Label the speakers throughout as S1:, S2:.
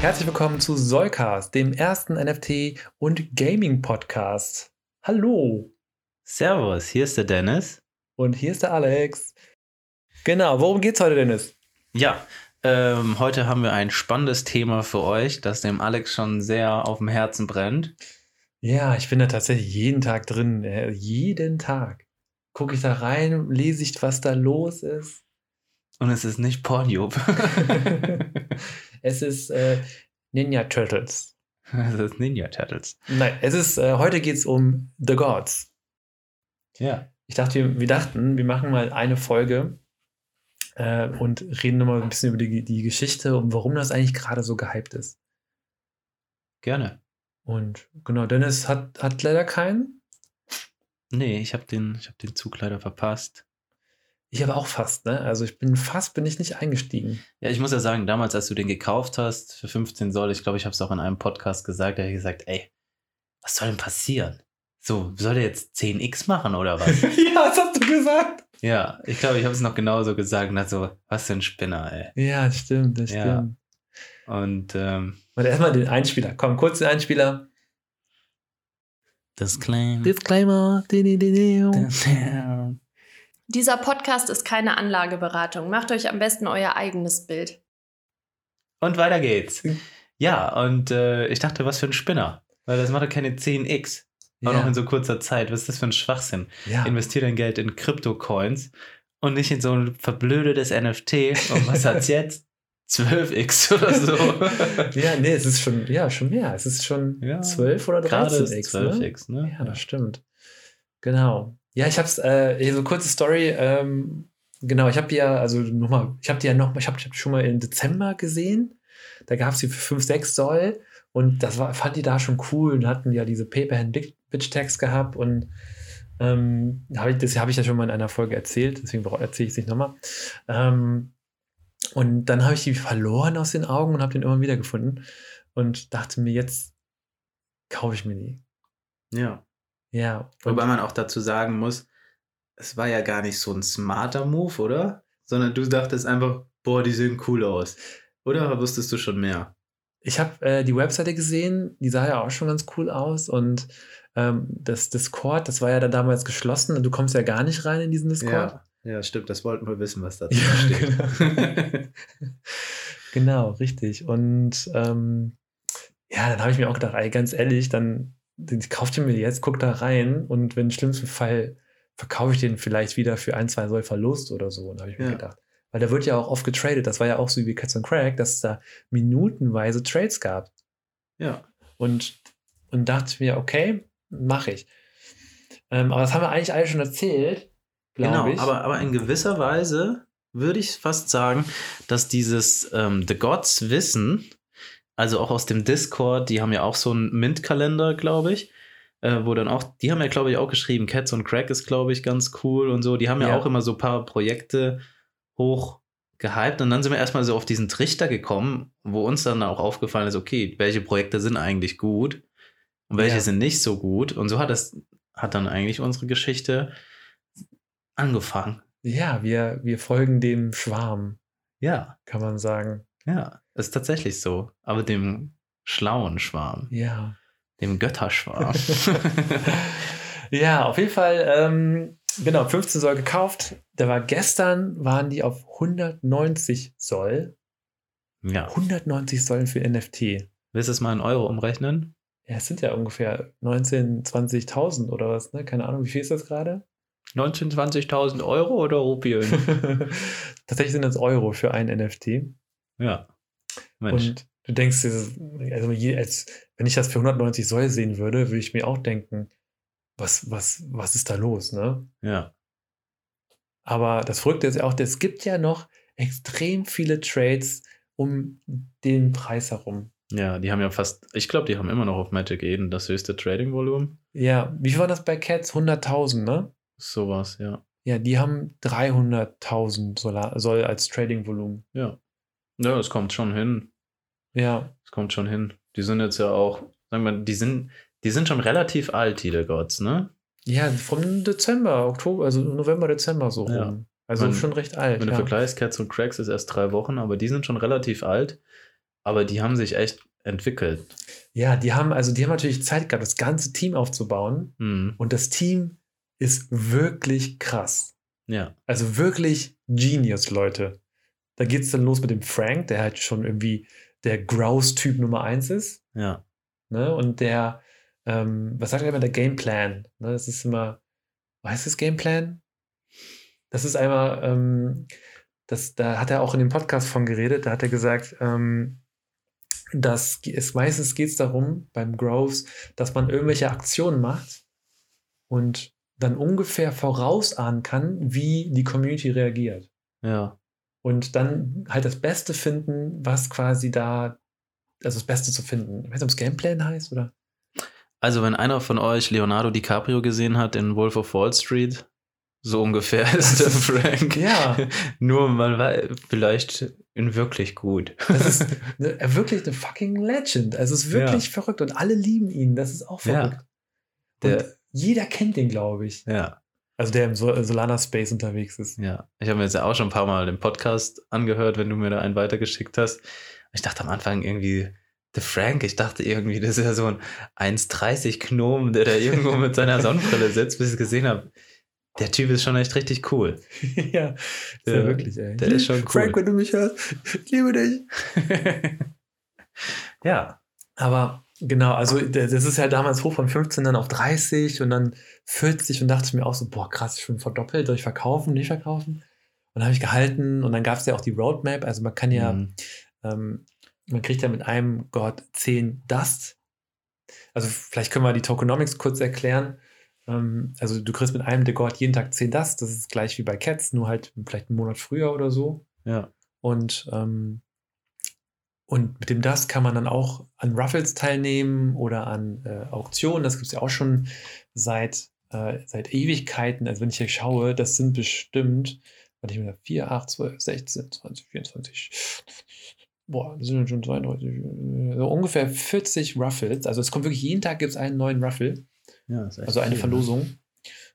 S1: Herzlich willkommen zu Solcast, dem ersten NFT- und Gaming-Podcast. Hallo
S2: Servus, hier ist der Dennis.
S1: und hier ist der Alex. Genau, worum geht's heute, Dennis?
S2: Ja, ähm, heute haben wir ein spannendes Thema für euch, das dem Alex schon sehr auf dem Herzen brennt.
S1: Ja, ich bin da tatsächlich jeden Tag drin. äh, Jeden Tag. Gucke ich da rein, lese ich, was da los ist.
S2: Und es ist nicht Pornhub.
S1: es ist äh, Ninja Turtles.
S2: es ist Ninja Turtles.
S1: Nein, es ist, äh, heute geht's um The Gods.
S2: Ja.
S1: ich dachte, wir, wir dachten, wir machen mal eine Folge äh, und reden nochmal ein bisschen über die, die Geschichte und warum das eigentlich gerade so gehypt ist.
S2: Gerne.
S1: Und genau, Dennis hat, hat leider keinen.
S2: Nee, ich habe den, ich hab den Zug leider verpasst.
S1: Ich aber auch fast, ne? Also ich bin fast, bin ich nicht eingestiegen.
S2: Ja, ich muss ja sagen, damals, als du den gekauft hast, für 15 Soll, ich glaube, ich habe es auch in einem Podcast gesagt, da habe ich gesagt, ey, was soll denn passieren? So, soll der jetzt 10x machen oder was?
S1: ja, das hast du gesagt.
S2: ja, ich glaube, ich habe es noch genauso gesagt und dachte so, was für ein Spinner, ey.
S1: Ja, das stimmt, das
S2: Ja.
S1: stimmt.
S2: Und ähm,
S1: Und erstmal den Einspieler. Komm, kurz den Einspieler.
S2: das Claim.
S1: Disclaimer. Di- di- di- di-
S3: Dieser Podcast ist keine Anlageberatung. Macht euch am besten euer eigenes Bild.
S2: Und weiter geht's. Ja, und äh, ich dachte, was für ein Spinner. Weil das macht doch keine 10x. Auch noch in
S1: Ja.
S2: so kurzer Zeit. Was ist das für ein Schwachsinn?
S1: ja.
S2: Investier dein Geld in Kryptocoins und nicht in so ein verblödetes NFT. Und was hat's jetzt? 12x oder so.
S1: ja, nee, es ist schon, ja, schon mehr. Es ist schon
S2: Ja.
S1: 12 oder 13
S2: Gerade ist
S1: X,
S2: 12x, ne?
S1: Ja, das stimmt. Genau. Ja, ich hab's, äh, hier so kurze Story, ähm, genau, ich habe die ja, also nochmal, ich habe die ja nochmal, ich habe hab die schon mal im Dezember gesehen. Da gab es die für 5, 6 Soll und das war, fand die da schon cool und hatten ja diese Paperhand-Bitch-Tags gehabt und ähm, hab ich, das habe ich ja schon mal in einer Folge erzählt, deswegen erzähle ich es nicht nochmal. Ähm, und dann habe ich die verloren aus den Augen und habe den immer wieder gefunden und dachte mir, jetzt kaufe ich mir die.
S2: ja.
S1: Ja. und-
S2: Wobei man auch dazu sagen muss, es war ja gar nicht so ein smarter Move, oder? Sondern du dachtest einfach, boah, die sehen cool aus. Oder wusstest du schon mehr?
S1: ich habe äh, die Webseite gesehen, die sah ja auch schon ganz cool aus und ähm, das Discord, das war ja dann damals geschlossen und du kommst ja gar nicht rein in diesen Discord.
S2: Ja, ja, stimmt, das wollten wir wissen, was dazu
S1: Ja,
S2: steht.
S1: Genau, richtig. Und ähm, ja, dann habe ich mir auch gedacht, ey, ganz ehrlich, dann den kauft ihr mir jetzt, guck da rein und wenn im schlimmsten Fall verkaufe ich den vielleicht wieder für ein, zwei Soll Verlust oder so. Und habe ich mir
S2: Ja.
S1: gedacht. Weil da wird ja auch oft getradet. Das war ja auch so wie Cats and Crack, dass es da minutenweise Trades gab.
S2: ja.
S1: und, und dachte mir, okay, mache ich. Ähm, aber das haben wir eigentlich alle schon erzählt, glaube
S2: Genau,
S1: ich.
S2: aber, aber in gewisser Weise würde ich fast sagen, dass dieses ähm, The Gods Wissen, also auch aus dem Discord, die haben ja auch so einen Mint-Kalender, glaube ich, äh, wo dann auch, die haben ja, glaube ich, auch geschrieben, Cats und Crack ist, glaube ich, ganz cool und so. Die haben ja,
S1: Ja.
S2: auch immer so ein paar Projekte hoch gehypt und dann sind wir erstmal so auf diesen Trichter gekommen, wo uns dann auch aufgefallen ist, okay, welche Projekte sind eigentlich gut und welche
S1: Ja.
S2: sind nicht so gut und so hat das hat dann eigentlich unsere Geschichte angefangen.
S1: ja, wir, wir folgen dem Schwarm,
S2: Ja,
S1: kann man sagen.
S2: ja, ist tatsächlich so. Aber dem schlauen Schwarm,
S1: Ja.
S2: dem Götterschwarm.
S1: ja, auf jeden Fall, ähm, genau, 15 Soll gekauft. Da war gestern, waren die auf 190 Soll.
S2: ja,
S1: 190 Soll für NFT.
S2: willst du es mal in Euro umrechnen?
S1: Ja, es sind ja ungefähr 19.000, 20.000 oder was, ne? Keine Ahnung, wie viel ist das gerade?
S2: 19.000, 20.000 Euro oder Rupien?
S1: Tatsächlich sind das Euro für ein NFT.
S2: ja, Mensch.
S1: Und du denkst, dir, das- also je, als, wenn ich das für 190 Soll sehen würde, würde ich mir auch denken, was, was, was ist da los, ne?
S2: ja,
S1: Aber das Verrückte ist ja auch, es gibt ja noch extrem viele Trades um den Preis herum.
S2: ja, die haben ja fast, ich glaube, die haben immer noch auf Magic Eden das höchste Trading-Volumen.
S1: Ja, wie viel war das bei Cats? 100.000, ne?
S2: Sowas, ja.
S1: Ja, die haben 300.000 Sola- Soll als Trading-Volumen.
S2: Ja. Ja, es kommt schon hin.
S1: Ja,
S2: Es kommt schon hin. Die sind jetzt ja auch, sagen wir, die sind, die sind schon relativ alt, die The Gods, ne?
S1: ja, vom Dezember, Oktober, also November, Dezember so
S2: Ja.
S1: rum. Also
S2: Wenn-
S1: schon recht alt.
S2: Wenn du
S1: ja.
S2: vergleichst, Cats und Cracks ist erst drei Wochen, aber die sind schon relativ alt. Aber die haben sich echt entwickelt.
S1: Ja, die haben also, die haben natürlich Zeit gehabt, das ganze Team aufzubauen.
S2: Mhm.
S1: Und das Team ist wirklich krass.
S2: Ja.
S1: Also wirklich Genius, Leute. Da geht es dann los mit dem Frank, der halt schon irgendwie der Grouse-Typ Nummer eins ist.
S2: Ja.
S1: Ne? Und der, ähm, was sagt er immer, der Gameplan? Ne? Das ist immer, was heißt das Gameplan? Das ist einmal, ähm, das, da hat er auch in dem Podcast von geredet, da hat er gesagt, ähm, dass es meistens geht es darum, beim Groves, dass man irgendwelche Aktionen macht und dann ungefähr vorausahnen kann, wie die Community reagiert
S2: Ja.
S1: und dann halt das Beste finden, was quasi da, also das Beste zu finden. Ich weiß nicht, ob es Gameplan heißt oder?
S2: Also, wenn einer von euch Leonardo DiCaprio gesehen hat in Wolf of Wall Street, so ungefähr ist der Frank.
S1: Ja,
S2: Nur man war vielleicht in wirklich gut.
S1: das ist eine, wirklich eine fucking Legend. Also es ist wirklich verrückt und alle lieben ihn. Das ist auch
S2: Ja.
S1: verrückt. und
S2: Der,
S1: jeder kennt ihn, glaube ich.
S2: ja,
S1: Also der im Sol Solana Space unterwegs ist.
S2: ja. Ich habe mir jetzt ja auch schon ein paar Mal den Podcast angehört, wenn du mir da einen weitergeschickt hast. Ich dachte am Anfang irgendwie, The Frank, ich dachte irgendwie, das ist ja so ein 1,30 Gnom, der da irgendwo mit seiner Sonnenbrille sitzt, bis ich gesehen habe. Der Typ ist schon echt richtig cool.
S1: ja, ist ja,
S2: Der-
S1: wirklich, ey.
S2: der ist schon cool.
S1: Frank, wenn du mich hörst, ich liebe dich.
S2: ja.
S1: Aber genau, also d- das ist ja damals hoch von 15 dann auf 30 und dann 40 und dachte ich mir auch so, boah, krass, ich bin verdoppelt durch Verkaufen, nicht verkaufen. Und dann habe ich gehalten und dann gab es ja auch die Roadmap. Also man kann ja,
S2: Mhm.
S1: ähm, man kriegt ja mit einem Gott 10 Dust. Also vielleicht können wir die Tokenomics kurz erklären. Ähm, also du kriegst mit einem der Gott jeden Tag 10 Dust. Das ist gleich wie bei Cats, nur halt vielleicht einen Monat früher oder so.
S2: Ja.
S1: Und, ähm, und mit dem Dust kann man dann auch an Ruffles teilnehmen oder an äh, Auktionen. Das gibt es ja auch schon seit, äh, seit Ewigkeiten. Also wenn ich hier schaue, das sind bestimmt, warte ich mal, 4, 8, 12, 16, 20, 24. Boah, das sind schon 32, äh, so ungefähr 40 Ruffles. Also es kommt wirklich, jeden Tag gibt es einen neuen Ruffle.
S2: ja ist echt
S1: Also eine
S2: cool.
S1: Verlosung.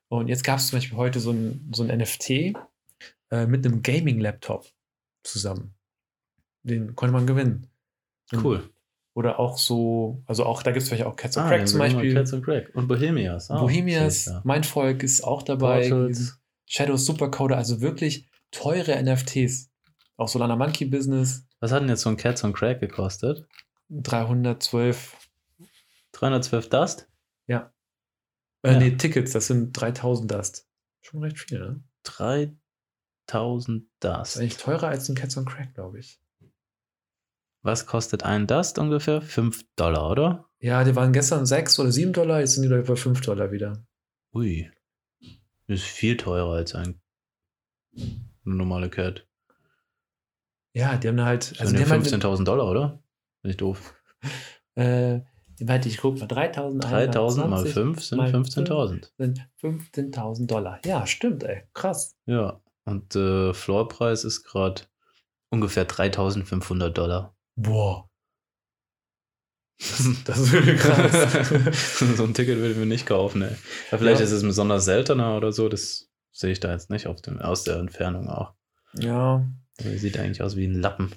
S1: Und jetzt gab es zum Beispiel heute so ein, so ein NFT äh, mit einem Gaming-Laptop zusammen. Den konnte man gewinnen.
S2: Cool.
S1: Oder auch so, also auch, da gibt es vielleicht auch Cats of
S2: Ah,
S1: Crack
S2: dann
S1: zum
S2: sehen wir
S1: Beispiel.
S2: Cats and Crack. Und Bohemias. Ah, auch.
S1: Bohemias,
S2: Sehe ich da.
S1: Mein Volk ist auch dabei.
S2: Portals.
S1: Shadows Supercoder, also wirklich teure NFTs. Auch Solana Monkey Business,
S2: Was hat denn jetzt so ein Cats on Crack gekostet?
S1: 312.
S2: 312 Dust?
S1: Äh,
S2: Ja.
S1: Nee, Tickets, das sind 3000 Dust. Schon recht viel, ne?
S2: 3000
S1: Das
S2: Dust.
S1: ist eigentlich teurer als ein Cats on Crack, glaube ich.
S2: Was kostet ein Dust ungefähr? 5 Dollar, oder?
S1: Ja, die waren gestern 6 oder 7 Dollar, jetzt sind die Leute bei 5 Dollar wieder.
S2: Ui. Das ist viel teurer als ein eine normale Cat.
S1: Ja, die haben da halt,
S2: Das
S1: also
S2: also
S1: die haben halt,
S2: 15.000 Dollar, oder? Bin ich doof.
S1: äh, die- warte, ich guck mal, 3000
S2: 3.000 mal 5 sind
S1: mal
S2: 15.000.
S1: sind 15.000 Dollar. Ja, stimmt, ey, krass.
S2: Ja. Und äh, Floorpreis ist gerade ungefähr 3.500 Dollar.
S1: Boah. Das ist wirklich krass.
S2: so ein Ticket würde ich mir nicht kaufen, ey. Aber vielleicht
S1: Ja.
S2: ist es besonders seltener oder so, das sehe ich da jetzt nicht auf dem, aus der Entfernung auch.
S1: ja.
S2: Aber er Sieht eigentlich aus wie ein Lappen.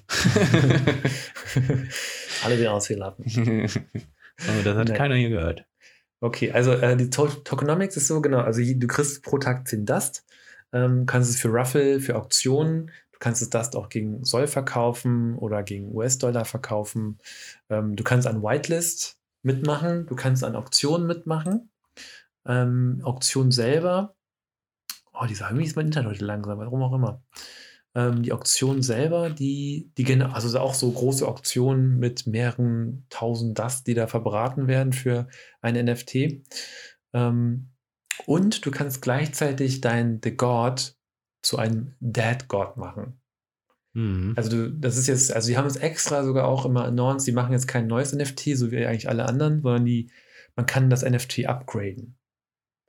S1: Alle wieder ausgeladen.
S2: Aber das hat
S1: Nein.
S2: keiner hier gehört.
S1: Okay, also äh, die to Tokenomics ist so, genau, also je- du kriegst pro Tag 10 Dust, ähm, kannst es für Raffle, für Auktionen, du kannst es Dust auch gegen Soll verkaufen oder gegen US-Dollar verkaufen. Ähm, du kannst an Whitelist mitmachen, du kannst an Auktionen mitmachen. Ähm, Auktion selber, oh, die sagen, irgendwie ist mein Internet heute langsam, warum auch immer. Ähm, die Auktion selber, die, die gena- also auch so große Auktionen mit mehreren tausend Dust, die da verbraten werden für ein NFT. Ähm, und du kannst gleichzeitig dein The God zu einem Dead God machen.
S2: Mhm.
S1: Also du, das ist jetzt, also die haben es extra sogar auch immer announced, die machen jetzt kein neues NFT, so wie eigentlich alle anderen, sondern die, man kann das NFT upgraden.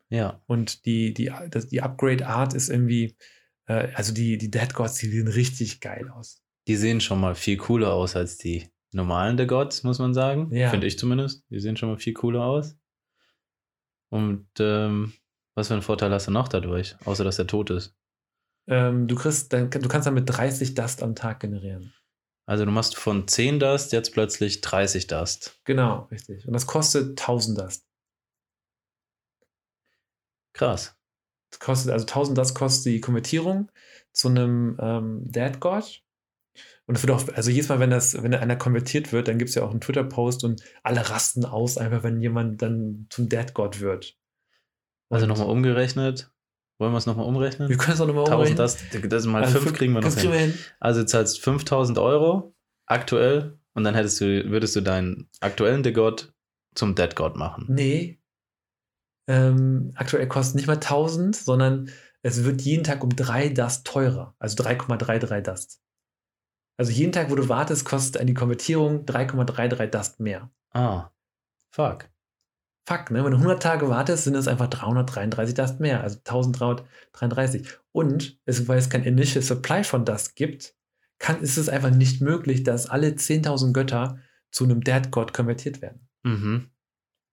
S2: ja.
S1: Und die, die, das, die Upgrade-Art ist irgendwie, äh, also die, die Dead Gods, die sehen richtig geil aus.
S2: Die sehen schon mal viel cooler aus als die normalen The Gods, muss man sagen.
S1: Ja.
S2: Finde ich zumindest. Die sehen schon mal viel cooler aus. Und ähm, was für einen Vorteil hast du noch dadurch? Außer, dass er tot ist.
S1: Ähm, du kriegst, dann, du kannst damit 30 Dust am Tag generieren.
S2: Also du machst von 10 Dust jetzt plötzlich 30 Dust.
S1: Genau, richtig. Und das kostet 1000 Dust.
S2: Krass.
S1: Das kostet, also 1000 Dust kostet die Konvertierung zu einem ähm, Dead God. Und das wird auch, also jedes Mal, wenn das, wenn einer konvertiert wird, dann gibt es ja auch einen Twitter-Post und alle rasten aus, einfach wenn jemand dann zum Dead God wird.
S2: Also
S1: Und
S2: nochmal umgerechnet. Wollen wir es nochmal umrechnen?
S1: Wir können es auch nochmal
S2: 1000
S1: umrechnen.
S2: das, das mal
S1: Also
S2: 5 kriegen wir noch
S1: das
S2: hin.
S1: hin.
S2: Also du zahlst 5000 Euro aktuell und dann hättest du, würdest du deinen aktuellen The God zum Dead God machen.
S1: Nee. Ähm, aktuell kostet nicht mal 1000, sondern es wird jeden Tag um 3 Dust teurer. Also 3,33 Dust. Also jeden Tag, wo du wartest, kostet die Konvertierung 3,33 Dust mehr.
S2: Ah, fuck.
S1: Fuck, ne? wenn du 100 Tage wartest, sind es einfach 333 Dust mehr. Also 1333. Und es, weil es kein Initial Supply von Dust gibt, kann, ist es einfach nicht möglich, dass alle 10.000 Götter zu einem Dead God konvertiert werden.
S2: Mhm.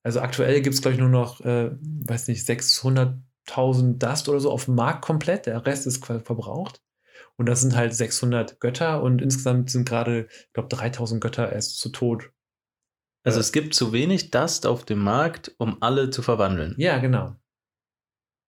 S1: Also aktuell gibt es, glaube ich, nur noch, äh, weiß nicht, 600.000 Dust oder so auf dem Markt komplett. Der Rest ist ver- verbraucht. Und das sind halt 600 Götter und insgesamt sind gerade, ich glaube, 3000 Götter erst zu Tod.
S2: Also
S1: Ja.
S2: es gibt zu wenig Dust auf dem Markt, um alle zu verwandeln.
S1: Ja, genau.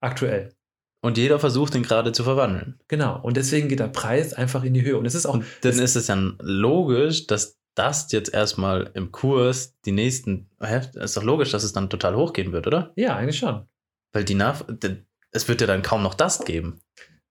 S1: Aktuell.
S2: Und jeder versucht ihn gerade zu verwandeln.
S1: Genau. Und deswegen geht der Preis einfach in die Höhe. Und es ist auch,
S2: Und dann
S1: das-
S2: ist es ja logisch, dass Dust jetzt erstmal im Kurs die nächsten. Hä? Ist doch logisch, dass es dann total hochgehen wird, oder?
S1: ja, eigentlich schon.
S2: Weil die Nach. d- Es wird ja dann kaum noch Dust geben.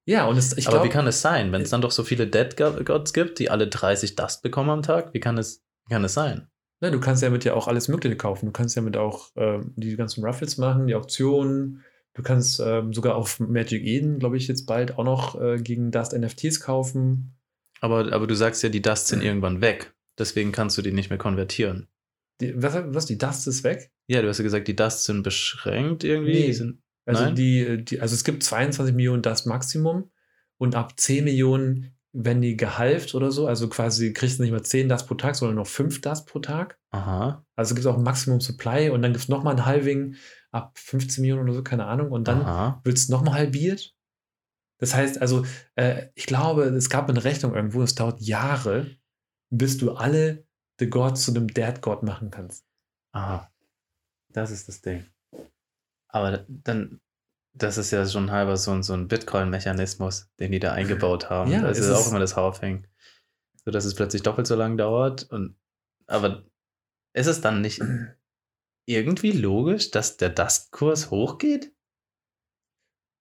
S1: Ja, und es, ich Äh
S2: Aber wie
S1: glaube,
S2: kann es sein, wenn es dann doch so viele Dead Go- Gods gibt, die alle 30 Dust bekommen am Tag? Wie kann es, wie kann es sein?
S1: ne, du kannst ja mit ja auch alles Mögliche kaufen. Du kannst ja mit auch ähm, die ganzen Ruffles machen, die Auktionen. Du kannst ähm, sogar auf Magic Eden, glaube ich, jetzt bald auch noch äh, gegen Dust NFTs kaufen.
S2: Aber, aber du sagst ja, die Dust
S1: Äh.
S2: sind irgendwann weg. Deswegen kannst du die nicht mehr konvertieren.
S1: Die, was, was, die Dust ist weg?
S2: Ja, du hast ja gesagt, die Dust sind beschränkt irgendwie.
S1: Nee.
S2: Sind,
S1: Also,
S2: Nein.
S1: die, die, also es gibt 22 Millionen Dust Maximum und ab 10 Millionen werden die gehalft oder so. Also quasi kriegst du nicht mehr 10 Dust pro Tag, sondern noch 5 Dust pro Tag.
S2: aha.
S1: Also gibt es auch ein Maximum Supply und dann gibt es nochmal ein Halving ab 15 Millionen oder so, keine Ahnung. Und dann
S2: aha.
S1: wird es nochmal halbiert. Das heißt also, äh, ich glaube, es gab eine Rechnung irgendwo, es dauert Jahre, bis du alle The God zu einem Dead God machen kannst.
S2: Aha. Das ist das Ding. Aber dann, das ist ja schon halber so, ein- so ein Bitcoin-Mechanismus, den die da eingebaut haben.
S1: Ja,
S2: das
S1: es
S2: ist auch
S1: ist-
S2: immer das Haufhängen. So dass es plötzlich doppelt so lang dauert. Und, aber ist es dann nicht irgendwie logisch, dass der Dust-Kurs hochgeht?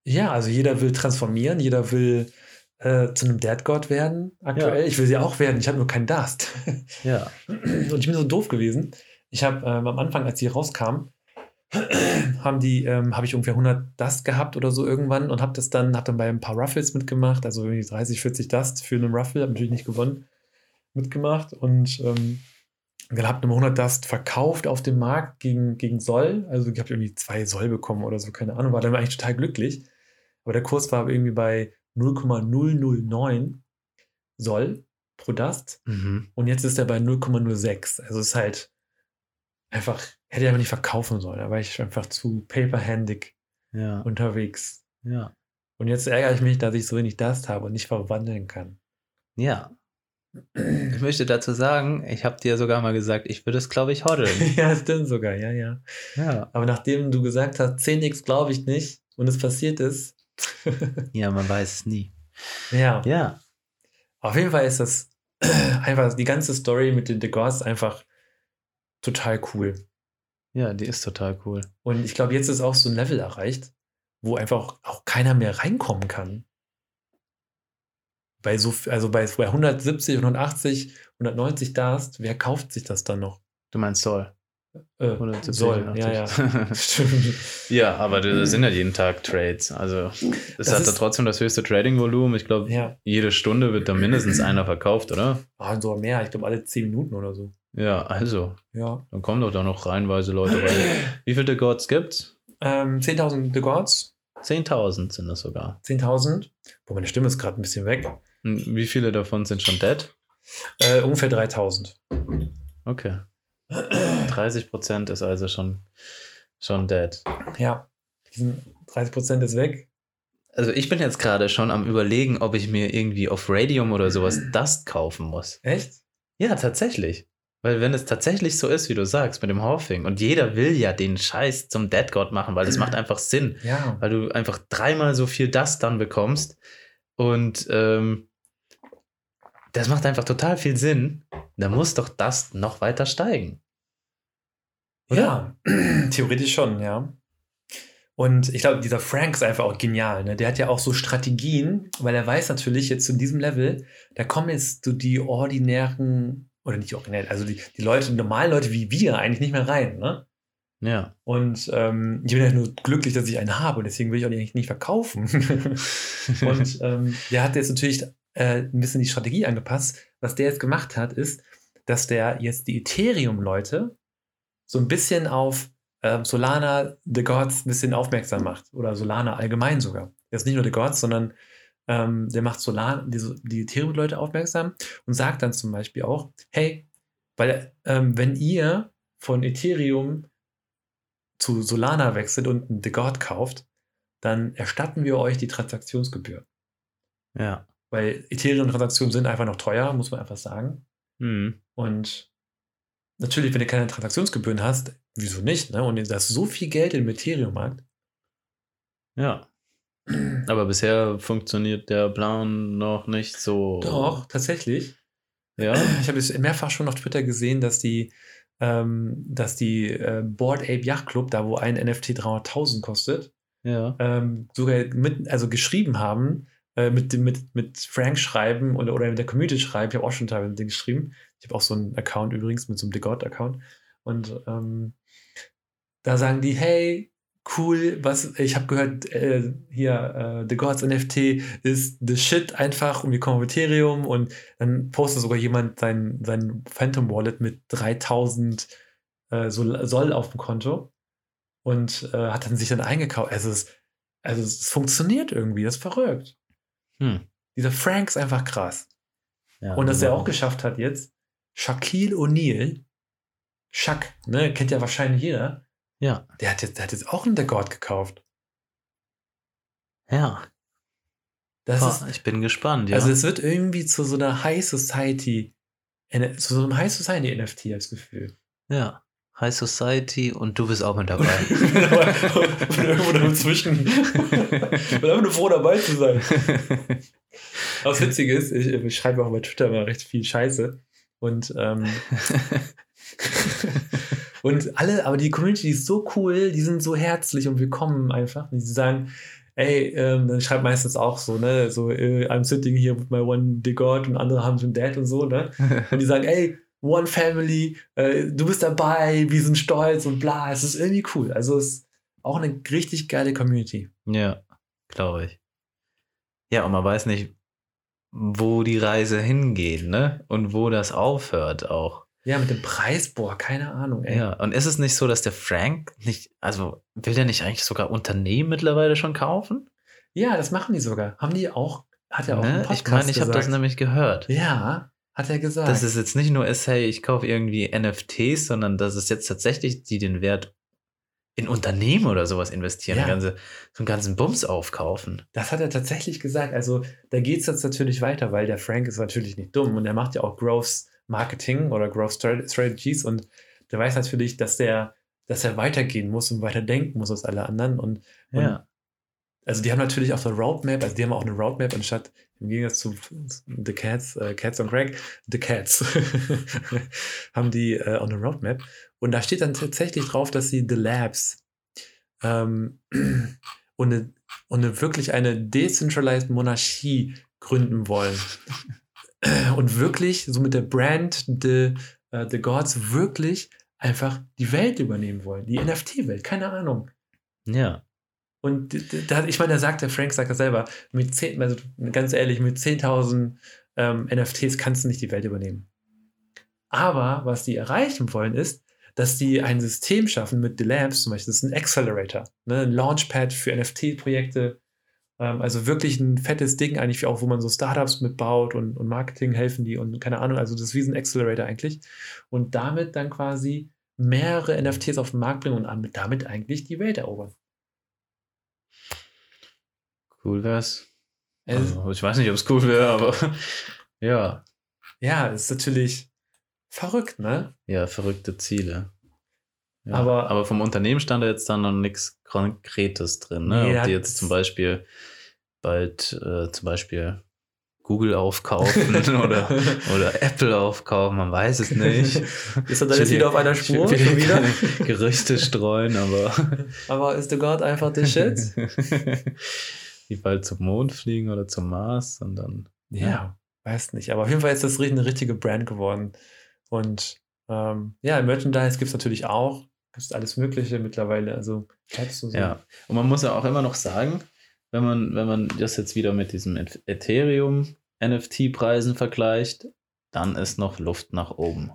S1: Ja, also jeder will transformieren, jeder will äh, zu einem Dead God werden aktuell. Ich will sie auch werden, ich habe nur kein Dust.
S2: Ja.
S1: Und ich bin so doof gewesen. Ich habe ähm, am Anfang, als die rauskamen, haben die, ähm, habe ich ungefähr 100 Dust gehabt oder so irgendwann und habe das dann, habe dann bei ein paar Ruffles mitgemacht, also irgendwie 30, 40 Dust für einen Ruffle, habe natürlich nicht gewonnen, mitgemacht und ähm, dann habe ich 100 Dust verkauft auf dem Markt gegen, gegen Soll, also ich habe irgendwie zwei Soll bekommen oder so, keine Ahnung, war dann eigentlich total glücklich, aber der Kurs war irgendwie bei 0,009 Soll pro Dust
S2: Mhm.
S1: und jetzt ist er bei 0,06. Also ist halt einfach, hätte ich einfach nicht verkaufen sollen. Da war ich einfach zu paperhandig
S2: Ja.
S1: unterwegs.
S2: Ja.
S1: Und jetzt ärgere ich mich, dass ich so wenig Dust habe und nicht verwandeln kann.
S2: Ja. Ich möchte dazu sagen, ich habe dir sogar mal gesagt, ich würde es, glaube ich, hodeln.
S1: ja, stimmt sogar, ja, ja.
S2: ja.
S1: Aber nachdem du gesagt hast, 10x glaube ich nicht und es passiert ist,
S2: ja, man weiß es nie.
S1: ja.
S2: Ja.
S1: Auf jeden Fall ist das einfach die ganze Story mit den Degas einfach total cool.
S2: Ja, die ist total cool.
S1: Und ich glaube, jetzt ist auch so ein Level erreicht, wo einfach auch, auch keiner mehr reinkommen kann. Bei so, f- also bei, bei 170, 180, 190 Darst, wer kauft sich das dann noch?
S2: Du meinst Soll.
S1: Äh,
S2: Oder zu
S1: soll, ja, ja.
S2: 84.
S1: Stimmt.
S2: ja, aber das sind ja jeden Tag Trades. Also es
S1: Das
S2: hat
S1: ist-
S2: da trotzdem das höchste Trading-Volumen. Ich glaube,
S1: Ja,
S2: jede Stunde wird da mindestens einer verkauft, oder?
S1: ah, so mehr, ich glaube alle 10 Minuten oder so.
S2: Ja, also,
S1: Ja.
S2: dann kommen doch da noch reihenweise Leute rein. Wie viele Gods gibt's?
S1: Ähm, 10.000 The Gods,
S2: 10.000 sind das sogar.
S1: 10.000. Boah, meine Stimme ist gerade ein bisschen weg.
S2: Und Wie viele davon sind schon dead?
S1: Äh, ungefähr 3.000.
S2: Okay. 30 Prozent ist also schon, schon dead.
S1: Ja, die sind- 30% ist weg.
S2: Also ich bin jetzt gerade schon am überlegen, ob ich mir irgendwie auf Radium oder sowas Dust kaufen muss.
S1: Echt?
S2: Ja, tatsächlich. Weil wenn es tatsächlich so ist, wie du sagst, mit dem Horfing, und jeder will ja den Scheiß zum Dead God machen, weil das macht einfach Sinn.
S1: Ja.
S2: Weil du einfach dreimal so viel das dann bekommst. Und ähm, das macht einfach total viel Sinn. Da muss doch das noch weiter steigen.
S1: Ja, theoretisch schon, ja. Und ich glaube, dieser Frank ist einfach auch genial. Ne? Der hat ja auch so Strategien, weil er weiß natürlich jetzt zu diesem Level, da kommen jetzt so die ordinären, oder nicht ordinär, also die, die Leute, die normalen Leute wie wir eigentlich nicht mehr rein. Ne?
S2: Ja.
S1: Und ähm, ich bin ja nur glücklich, dass ich einen habe und deswegen will ich auch nicht, nicht verkaufen. und ähm, der hat jetzt natürlich äh, ein bisschen die Strategie angepasst. Was der jetzt gemacht hat, ist, dass der jetzt die Ethereum-Leute so ein bisschen auf ähm, Solana The Gods ein bisschen aufmerksam macht. Oder Solana allgemein sogar. Jetzt nicht nur The Gods, sondern ähm, der macht Solana, die, die Ethereum-Leute aufmerksam und sagt dann zum Beispiel auch, hey, weil ähm, wenn ihr von Ethereum zu Solana wechselt und ein The God kauft, dann erstatten wir euch die Transaktionsgebühr.
S2: ja.
S1: Weil Ethereum-Transaktionen sind einfach noch teuer, muss man einfach sagen.
S2: Hm.
S1: Und natürlich, wenn du keine Transaktionsgebühren hast, wieso nicht? Ne? Und da ist so viel Geld im Ethereum-Markt.
S2: Ja. Aber bisher funktioniert der Plan noch nicht so.
S1: Doch, tatsächlich.
S2: Ja.
S1: Ich habe jetzt mehrfach schon auf Twitter gesehen, dass die, ähm, dass die äh, Board Ape Yacht Club, da wo ein NFT 300.000 kostet,
S2: Ja.
S1: ähm, sogar mit, also geschrieben haben, äh, mit, dem- mit, mit Frank schreiben oder, oder mit der Community schreiben. Ich habe auch schon teilweise mit denen geschrieben. Ich habe auch so einen Account übrigens mit so einem The God-Account. Und ähm, da sagen die, hey, cool, was, ich habe gehört, äh, hier, äh, The Gods NFT ist the shit einfach und wir kommen auf Ethereum und dann postet sogar jemand sein, sein Phantom Wallet mit 3000 äh, Sol- Soll auf dem Konto und äh, hat dann sich dann eingekauft. Also es, also es funktioniert irgendwie, das ist verrückt.
S2: Hm.
S1: Dieser Frank ist einfach krass.
S2: ja. genau.
S1: Und dass er auch geschafft hat jetzt, Shaquille O'Neal, Shaq, ne, kennt ja wahrscheinlich jeder,
S2: Ja.
S1: der hat jetzt, der hat jetzt auch einen Dekord gekauft.
S2: Ja.
S1: Das
S2: Boah,
S1: ist,
S2: ich bin gespannt. Ja.
S1: Also es wird irgendwie zu so einer High Society, zu so einem High Society NFT als Gefühl.
S2: ja. High Society und du bist auch mit dabei.
S1: Oder irgendwo dazwischen. Ich bin einfach nur froh, dabei zu sein. Aber das Witzige ist, ich, ich schreibe auch bei Twitter immer recht viel Scheiße. Und, ähm, und alle, aber die Community die ist so cool, die sind so herzlich und willkommen einfach. Und die sagen, ey, ähm, dann schreibt meistens auch so, ne, so, äh, I'm sitting here with my one the God und andere haben schon Dad und so, ne? Und die sagen, ey, One Family, äh, du bist dabei, wir sind stolz und bla. Es ist irgendwie cool. Also es ist auch eine richtig geile Community.
S2: ja, glaube ich. Ja, und man weiß nicht, wo die Reise hingeht, ne? Und wo das aufhört auch.
S1: Ja, mit dem Preis, boah, keine Ahnung, ey.
S2: Ja, und ist es nicht so, dass der Frank nicht, also will der nicht eigentlich sogar Unternehmen mittlerweile schon kaufen?
S1: Ja, das machen die sogar. Haben die auch, hat er auch einen
S2: Ne?
S1: Podcast
S2: Ich meine, ich habe das
S1: gesagt.
S2: nämlich gehört.
S1: Ja, hat er gesagt.
S2: dass es jetzt nicht nur ist, hey, ich kaufe irgendwie NFTs, sondern dass es jetzt tatsächlich die den Wert in Unternehmen oder sowas investieren,
S1: Ja.
S2: eine ganze, so einen ganzen Bums aufkaufen.
S1: das hat er tatsächlich gesagt. Also da geht es jetzt natürlich weiter, weil der Frank ist natürlich nicht dumm und er macht ja auch Growth Marketing oder Growth Strate- Strategies und der weiß natürlich, dass der, dass er weitergehen muss und weiter denken muss als alle anderen und Und
S2: Ja.
S1: also die haben natürlich auf der Roadmap, also die haben auch eine Roadmap anstatt, im Gegensatz zu The Cats, äh, Cats on Crack, The Cats, haben die äh, auch eine Roadmap. Und da steht dann tatsächlich drauf, dass sie The Labs ähm, und, eine, und eine, wirklich eine Decentralized Monarchie gründen wollen. und wirklich, so mit der Brand The, äh, The Gods, wirklich einfach die Welt übernehmen wollen. Die NFT-Welt, keine Ahnung.
S2: Ja.
S1: Und d- d- da, ich meine, da sagt der Frank, sagt er selber, mit 10, also ganz ehrlich, mit 10.000 ähm, NFTs kannst du nicht die Welt übernehmen. Aber was die erreichen wollen, ist, dass die ein System schaffen mit The Labs, zum Beispiel, das ist ein Accelerator, ne, ein Launchpad für NFT-Projekte. Ähm, also wirklich ein fettes Ding, eigentlich auch, wo man so Startups mitbaut und, und Marketing helfen die und keine Ahnung, also das ist wie so ein Accelerator eigentlich. Und damit dann quasi mehrere NFTs auf den Markt bringen und damit eigentlich die Welt erobern.
S2: Cool wär's.
S1: Also,
S2: Also, ich weiß nicht, ob es cool wäre, aber ja.
S1: Ja, es ist natürlich, Verrückt, ne?
S2: Ja, verrückte Ziele. Ja,
S1: Aber-
S2: aber, vom Unternehmen stand da jetzt dann noch nichts Konkretes drin. Ne?
S1: Nee, da
S2: Ob die
S1: hat-
S2: jetzt zum Beispiel bald äh, zum Beispiel Google aufkaufen oder, oder Apple aufkaufen, man weiß es nicht.
S1: Ist er dann jetzt
S2: Schon
S1: wieder auf einer
S2: schon
S1: Spur? Schon wieder?
S2: keine Gerüchte streuen, aber
S1: Aber ist der Gott einfach der Shit?
S2: die bald zum Mond fliegen oder zum Mars und dann.
S1: Ja, weiß nicht. Aber auf jeden Fall ist das ri- eine richtige Brand geworden. Und ähm, ja, Merchandise gibt es natürlich auch. Gibt es alles Mögliche mittlerweile. Also, Caps und so.
S2: Ja, und man muss ja auch immer noch sagen, wenn man, wenn man das jetzt wieder mit diesem Eth- Ethereum NFT-Preisen vergleicht, dann ist noch Luft nach oben.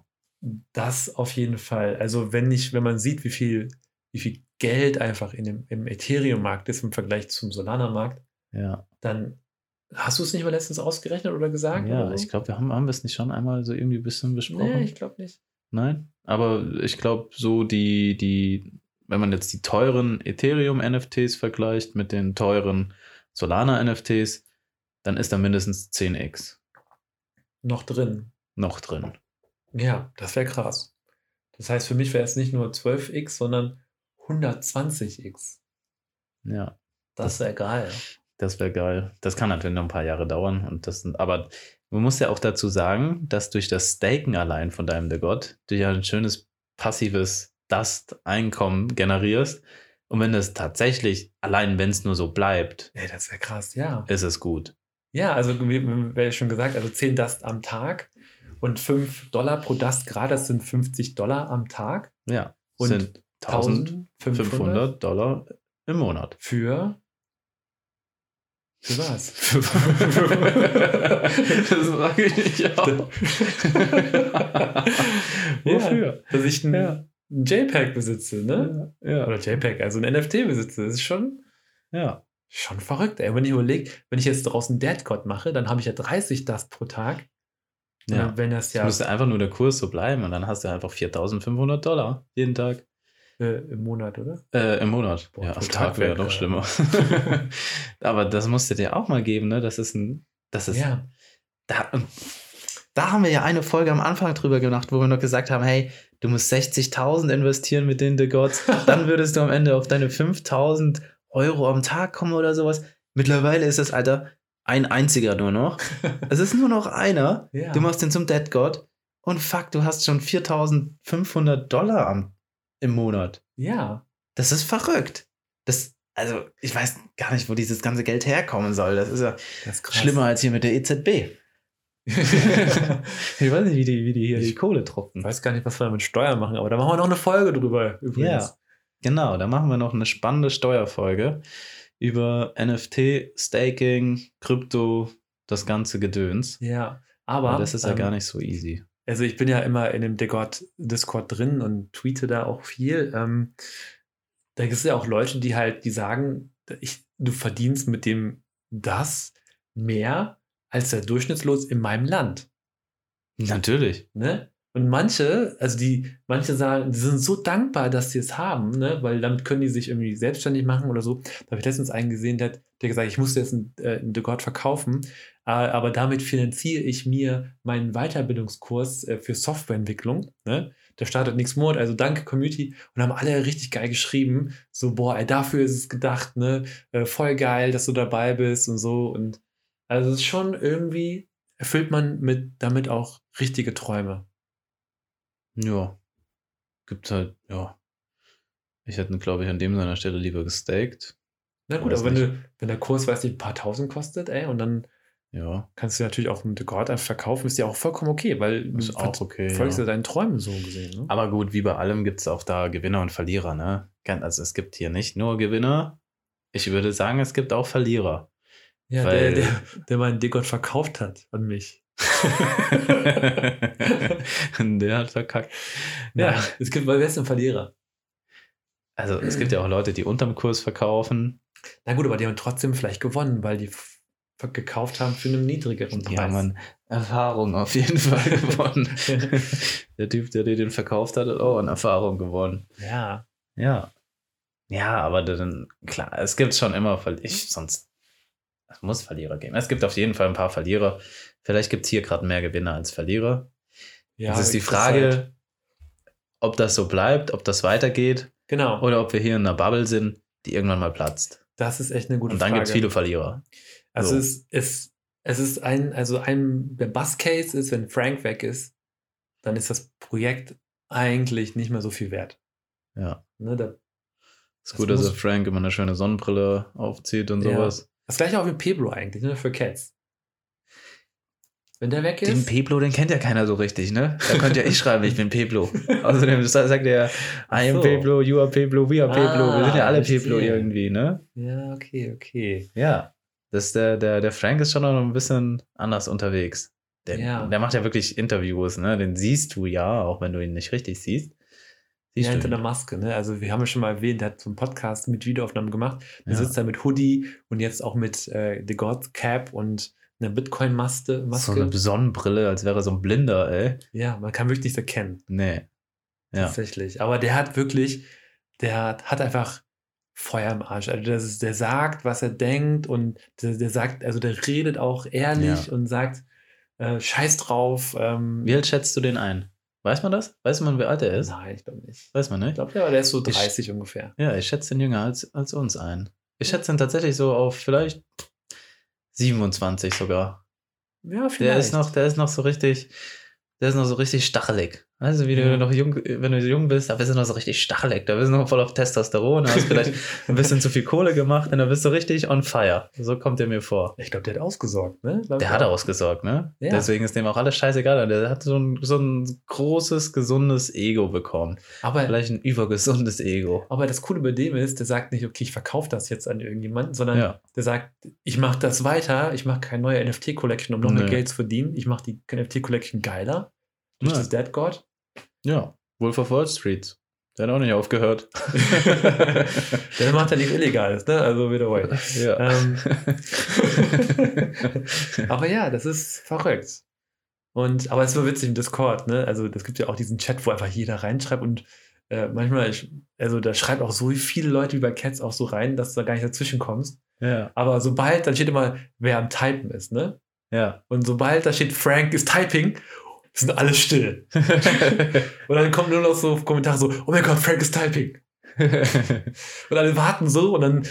S1: Das auf jeden Fall. Also, wenn nicht, wenn man sieht, wie viel, wie viel Geld einfach in dem, im Ethereum-Markt ist im Vergleich zum Solana-Markt,
S2: Ja,
S1: dann hast du es nicht mal letztens ausgerechnet oder gesagt?
S2: ja
S1: oder so?
S2: ich glaube, wir haben, haben wir es nicht schon einmal so irgendwie ein bisschen besprochen.
S1: Nee, ich glaube nicht.
S2: Nein, aber ich glaube, so die, die, wenn man jetzt die teuren Ethereum-NFTs vergleicht mit den teuren Solana-NFTs, dann ist da mindestens 10x
S1: Noch drin.
S2: noch drin.
S1: Ja, das wäre krass. Das heißt, für mich wäre es nicht nur 12x, sondern 120x.
S2: Ja.
S1: Das wäre geil.
S2: Das wäre geil. Das kann natürlich noch ein paar Jahre dauern. Und das sind, aber man muss ja auch dazu sagen, dass durch das Staken allein von deinem The God du ja ein schönes passives Dust-Einkommen generierst. Und wenn das tatsächlich, allein wenn es nur so bleibt,
S1: Ey, das wäre krass, ja.
S2: ist es gut.
S1: Ja, also wie wie ich schon gesagt, also 10 Dust am Tag und 5 Dollar pro Dust gerade, das sind 50 Dollar am Tag
S2: Ja.
S1: Und
S2: sind 1500
S1: 1500
S2: Dollar im Monat.
S1: für für was?
S2: das frage ich mich auch. Wofür?
S1: Dass ich ein,
S2: Ja.
S1: ein JPEG besitze, ne?
S2: Ja.
S1: Oder JPEG, also ein NFT besitze, das ist schon
S2: ja.
S1: Schon verrückt, ey. Wenn ich überlege, wenn ich jetzt draußen Dadcode mache, dann habe ich ja 30 Dust pro Tag. Und
S2: Ja.
S1: dann, Wenn das
S2: Es
S1: ja
S2: müsste einfach nur der Kurs so bleiben und dann hast du einfach 4500 Dollar jeden Tag.
S1: äh, im Monat, oder?
S2: Äh, Im Monat.
S1: Boah,
S2: ja,
S1: pro
S2: am
S1: Tag
S2: Tag wäre
S1: weg,
S2: noch
S1: ja.
S2: schlimmer. Aber das musst du dir auch mal geben, ne? Das ist ein. Das ist,
S1: ja.
S2: da, ähm, da haben wir ja eine Folge am Anfang drüber gemacht, wo wir noch gesagt haben: hey, du musst 60.000 investieren mit den The Gods. dann würdest du am Ende auf deine 5000 Euro am Tag kommen oder sowas. Mittlerweile ist das, Alter, ein einziger nur noch. Es ist nur noch einer.
S1: ja.
S2: Du machst den zum Dead God und fuck, du hast schon 4500 Dollar am, im Monat.
S1: ja.
S2: Das ist verrückt. Das, also, ich weiß gar nicht, wo dieses ganze Geld herkommen soll. Das ist ja
S1: Das ist krass.
S2: schlimmer als hier mit der E EZB. Ich weiß nicht, wie die, wie die hier
S1: Ich-
S2: die Kohle
S1: ich
S2: truppen.
S1: weiß gar nicht, was wir mit Steuern machen, aber da machen wir noch eine Folge drüber übrigens.
S2: Ja. Genau, da machen wir noch eine spannende Steuerfolge über NFT, Staking, Krypto, das ganze Gedöns.
S1: Ja. Aber ähm,
S2: Aber ähm, das ist ja gar nicht so easy.
S1: Also ich bin ja immer in dem Discord, Discord drin und tweete da auch viel. Ähm, da gibt es ja auch Leute, die halt, die sagen, ich, du verdienst mit dem das mehr als der Durchschnittslos in meinem Land.
S2: Natürlich.
S1: Ne? Und manche, also die, manche sagen, die sind so dankbar, dass sie es haben, ne? weil damit können die sich irgendwie selbstständig machen oder so. Da habe ich letztens einen gesehen, der hat der hat gesagt, ich musste jetzt einen, äh, einen Gott verkaufen, äh, aber damit finanziere ich mir meinen Weiterbildungskurs äh, für Softwareentwicklung. Ne? Der startet nächsten Monat, also danke Community. Und haben alle richtig geil geschrieben, so, boah, ey, dafür ist es gedacht, ne? äh, voll geil, dass du dabei bist und so. Und also es ist schon irgendwie, erfüllt man mit, damit auch richtige Träume.
S2: Ja. Gibt halt, ja. Ich hätte, glaube ich, an dem seiner Stelle lieber gestaked.
S1: Na gut,
S2: Weiß
S1: aber wenn, du, wenn der Kurs, weiß nicht, ein paar tausend kostet, ey, und dann
S2: Ja,
S1: kannst du natürlich auch einen Dekord einfach verkaufen, ist ja auch vollkommen okay, weil du
S2: ist auch
S1: ver-
S2: okay.
S1: folgst ja
S2: Ja.
S1: deinen Träumen so gesehen. Ne?
S2: Aber gut, wie bei allem gibt es auch da Gewinner und Verlierer, ne? Ganz- Also es gibt hier nicht nur Gewinner. Ich würde sagen, es gibt auch Verlierer.
S1: Ja,
S2: weil-
S1: der, der, der meinen Dekord verkauft hat an mich.
S2: Der hat verkackt.
S1: Ja,
S2: Nein.
S1: es gibt, weil wer ist denn Verlierer?
S2: Also es gibt ja auch Leute, die unterm Kurs verkaufen.
S1: Na gut, aber die haben trotzdem vielleicht gewonnen, weil die f- gekauft haben für einen niedrigeren Preis.
S2: Die haben an Erfahrung auf jeden Fall gewonnen. der Typ, der dir den verkauft hat, hat auch an Erfahrung gewonnen.
S1: ja.
S2: Ja. Ja, aber dann, klar, es gibt schon immer Verlierer. Sonst es muss Verlierer geben. Es gibt auf jeden Fall ein paar Verlierer. Vielleicht gibt es hier gerade mehr Gewinner als Verlierer.
S1: Ja,
S2: es ist die
S1: das
S2: Frage,
S1: halt-
S2: ob das so bleibt, ob das weitergeht
S1: Genau,
S2: oder ob wir hier in einer Bubble sind, die irgendwann mal platzt.
S1: das ist echt eine gute
S2: Und dann
S1: Frage.
S2: gibt es viele Verlierer.
S1: Also
S2: So.
S1: es, es, es ist ein, also ein, der Bus-Case ist, wenn Frank weg ist, dann ist das Projekt eigentlich nicht mehr so viel wert.
S2: Ja.
S1: Ne, da,
S2: Ist
S1: Das
S2: gut, dass
S1: muss-
S2: er Frank immer eine schöne Sonnenbrille aufzieht und
S1: Ja.
S2: sowas.
S1: das gleiche auch mit Pebro eigentlich, ne, für Cats. Wenn der weg
S2: Den
S1: ist,
S2: Peblo, den kennt ja keiner so richtig, ne? Da könnt ja ich schreiben, ich bin Peblo. Außerdem sa- sagt er, I am
S1: Ach so.
S2: Peblo, you are Peblo, we are Peblo. wir
S1: Ah,
S2: sind ja alle
S1: verstehe.
S2: Peblo irgendwie, ne?
S1: ja, okay, okay.
S2: Ja. Das ist der, der, der Frank ist schon noch ein bisschen anders unterwegs. Der,
S1: Ja.
S2: der macht ja wirklich Interviews, ne? Den siehst du ja, auch wenn du ihn nicht richtig siehst.
S1: Ja,
S2: Siehst
S1: hinter
S2: du
S1: der
S2: ihn.
S1: Maske, ne? Also wir haben ja schon mal erwähnt, der hat so einen Podcast mit Videoaufnahmen gemacht. Der
S2: Ja.
S1: sitzt da mit Hoodie und jetzt auch mit äh, The God Cap und einer Bitcoin-Maske.
S2: So
S1: Maske.
S2: eine Sonnenbrille, als wäre er so ein Blinder, ey.
S1: Ja, man kann wirklich nicht erkennen.
S2: Nee. Ja.
S1: Tatsächlich. Aber der hat wirklich, der hat, hat einfach Feuer im Arsch. Also das ist, der sagt, was er denkt und der, der sagt, also der redet auch ehrlich und sagt, äh, scheiß drauf. Ähm,
S2: Wie alt schätzt du den ein? Weiß man das? Weiß man, wie alt er ist?
S1: Nein, ich glaube nicht.
S2: Weiß man
S1: Ich
S2: nicht?
S1: glaube, der, der ist so
S2: Ich-
S1: 30 ungefähr.
S2: Ja, ich schätze den jünger als, als uns ein. Ich schätze ihn tatsächlich so auf vielleicht 27 sogar.
S1: Ja,
S2: Der ist noch, der ist noch so richtig, der ist noch so richtig stachelig. Also wie du
S1: Ja.
S2: noch jung, wenn du jung bist, da bist du noch so richtig stachelig. Da bist du noch voll auf Testosteron, hast vielleicht ein bisschen zu viel Kohle gemacht und da bist du richtig on fire. So kommt er mir vor.
S1: ich glaube, der hat ausgesorgt, ne?
S2: Der hat ausgesorgt, ne?
S1: Ja.
S2: Deswegen ist dem auch alles scheißegal. Der hat so ein, so ein großes, gesundes Ego bekommen.
S1: Aber,
S2: Vielleicht ein übergesundes Ego.
S1: aber das Coole bei dem ist, der sagt nicht, okay, ich verkaufe das jetzt an irgendjemanden, sondern
S2: Ja.
S1: der sagt, ich mache das weiter, ich mache keine neue NFT-Collection, um noch mehr
S2: Nee.
S1: Geld zu verdienen, ich mache die NFT-Collection geiler durch
S2: Ja.
S1: das Dead God.
S2: Ja, Wolf of Wall Street. Der hat auch nicht aufgehört.
S1: Der macht ja nichts Illegales, ne? Also wieder way.
S2: ja.
S1: Ähm, aber ja, das ist verrückt. Und, aber es ist so witzig im Discord, ne? Also es gibt ja auch diesen Chat, wo einfach jeder reinschreibt und äh, manchmal, ich, also da schreibt auch so viele Leute wie bei Cats auch so rein, dass du da gar nicht dazwischen kommst.
S2: ja,
S1: Aber sobald, dann steht immer, wer am Typen ist, ne?
S2: ja.
S1: Und sobald da steht, Frank ist Typing, sind alle still. Und dann kommen nur noch so Kommentare so, oh mein Gott, Frank ist Typing. Und alle warten so und dann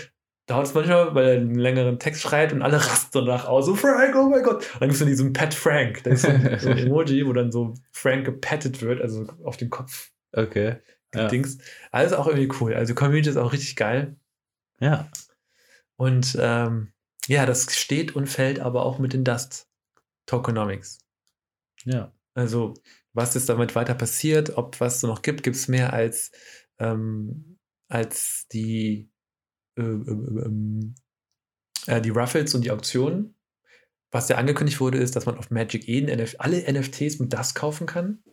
S1: dauert es manchmal, weil er einen längeren Text schreibt und alle rasten danach aus. So, Frank, oh mein Gott. Und dann gibt es dann diesen Pet Frank. Da ist so ein, so ein Emoji, wo dann so Frank gepattet wird, also auf den Kopf
S2: okay. Ja.
S1: Dings. Also auch irgendwie cool. Also die Community ist auch richtig geil.
S2: Ja.
S1: Und ähm, ja, das steht und fällt aber auch mit den Dust Tokenomics.
S2: Ja.
S1: Also, was ist damit weiter passiert? Ob was es noch gibt, gibt es mehr als, ähm, als die, äh, ähm, ähm, äh, die Ruffles und die Auktionen. Was ja angekündigt wurde, ist, dass man auf Magic eh Eden NF alle NFTs mit Dust kaufen kann.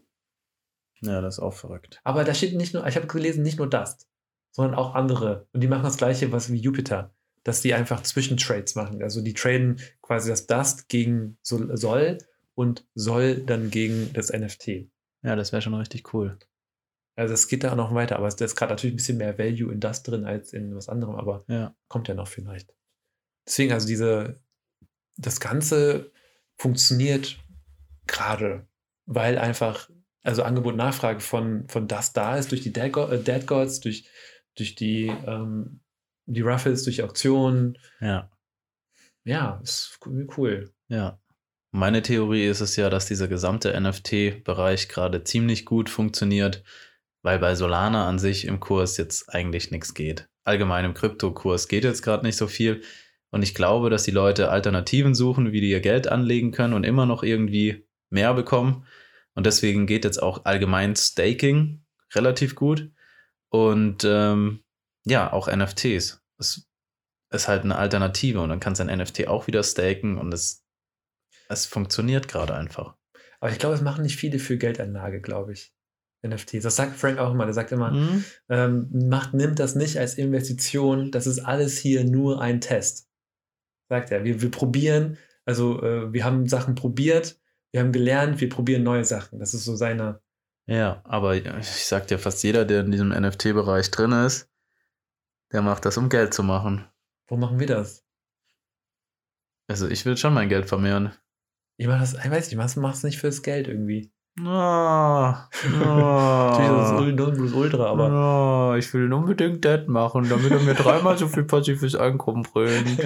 S2: Ja, das ist auch verrückt.
S1: Aber da steht nicht nur, ich habe gelesen, nicht nur Dust, sondern auch andere. Und die machen das gleiche was wie Jupiter, dass die einfach Zwischentrades machen. Also die traden quasi das Dust gegen Sol- Soll und Soll dann gegen das NFT.
S2: Ja, das wäre schon richtig cool.
S1: Also es geht da auch noch weiter, aber es da ist gerade natürlich ein bisschen mehr Value in das drin als in was anderem, aber
S2: Ja.
S1: kommt ja noch vielleicht. Deswegen, also diese, das Ganze funktioniert gerade, weil einfach, also Angebot und Nachfrage von, von das da ist, durch die Dead, Go äh, Dead Gods, durch, durch die, ähm, die Ruffles, durch Auktionen.
S2: Ja.
S1: Ja, ist irgendwie cool.
S2: Ja. Meine Theorie ist es ja, dass dieser gesamte NFT-Bereich gerade ziemlich gut funktioniert, weil bei Solana an sich im Kurs jetzt eigentlich nichts geht. Allgemein im Kryptokurs geht jetzt gerade nicht so viel. Und ich glaube, dass die Leute Alternativen suchen, wie die ihr Geld anlegen können und immer noch irgendwie mehr bekommen. Und deswegen geht jetzt auch allgemein Staking relativ gut. Und ähm, ja, auch NFTs. Es ist halt eine Alternative und dann kannst du ein NFT auch wieder staken und es, es funktioniert gerade einfach.
S1: Aber ich glaube, es machen nicht viele für Geldanlage, glaube ich. NFTs. Das sagt Frank auch immer. Der sagt immer,
S2: Mhm.
S1: ähm, macht, nimmt das nicht als Investition, das ist alles hier nur ein Test. Sagt er. Wir, wir probieren, also äh, wir haben Sachen probiert, wir haben gelernt, wir probieren neue Sachen. Das ist so seine.
S2: Ja, aber ich sag dir, fast jeder, der in diesem NFT-Bereich drin ist, der macht das, um Geld zu machen.
S1: Wo machen wir das?
S2: Also ich will schon mein Geld vermehren.
S1: Ich mach das, ich weiß nicht, ich mach's, mach's nicht fürs Geld irgendwie.
S2: Ah,
S1: Natürlich ist
S2: ah,
S1: das Nonplus Ultra, aber
S2: ah, ich will ihn unbedingt dead machen, damit er mir dreimal so viel passives Einkommen bringt.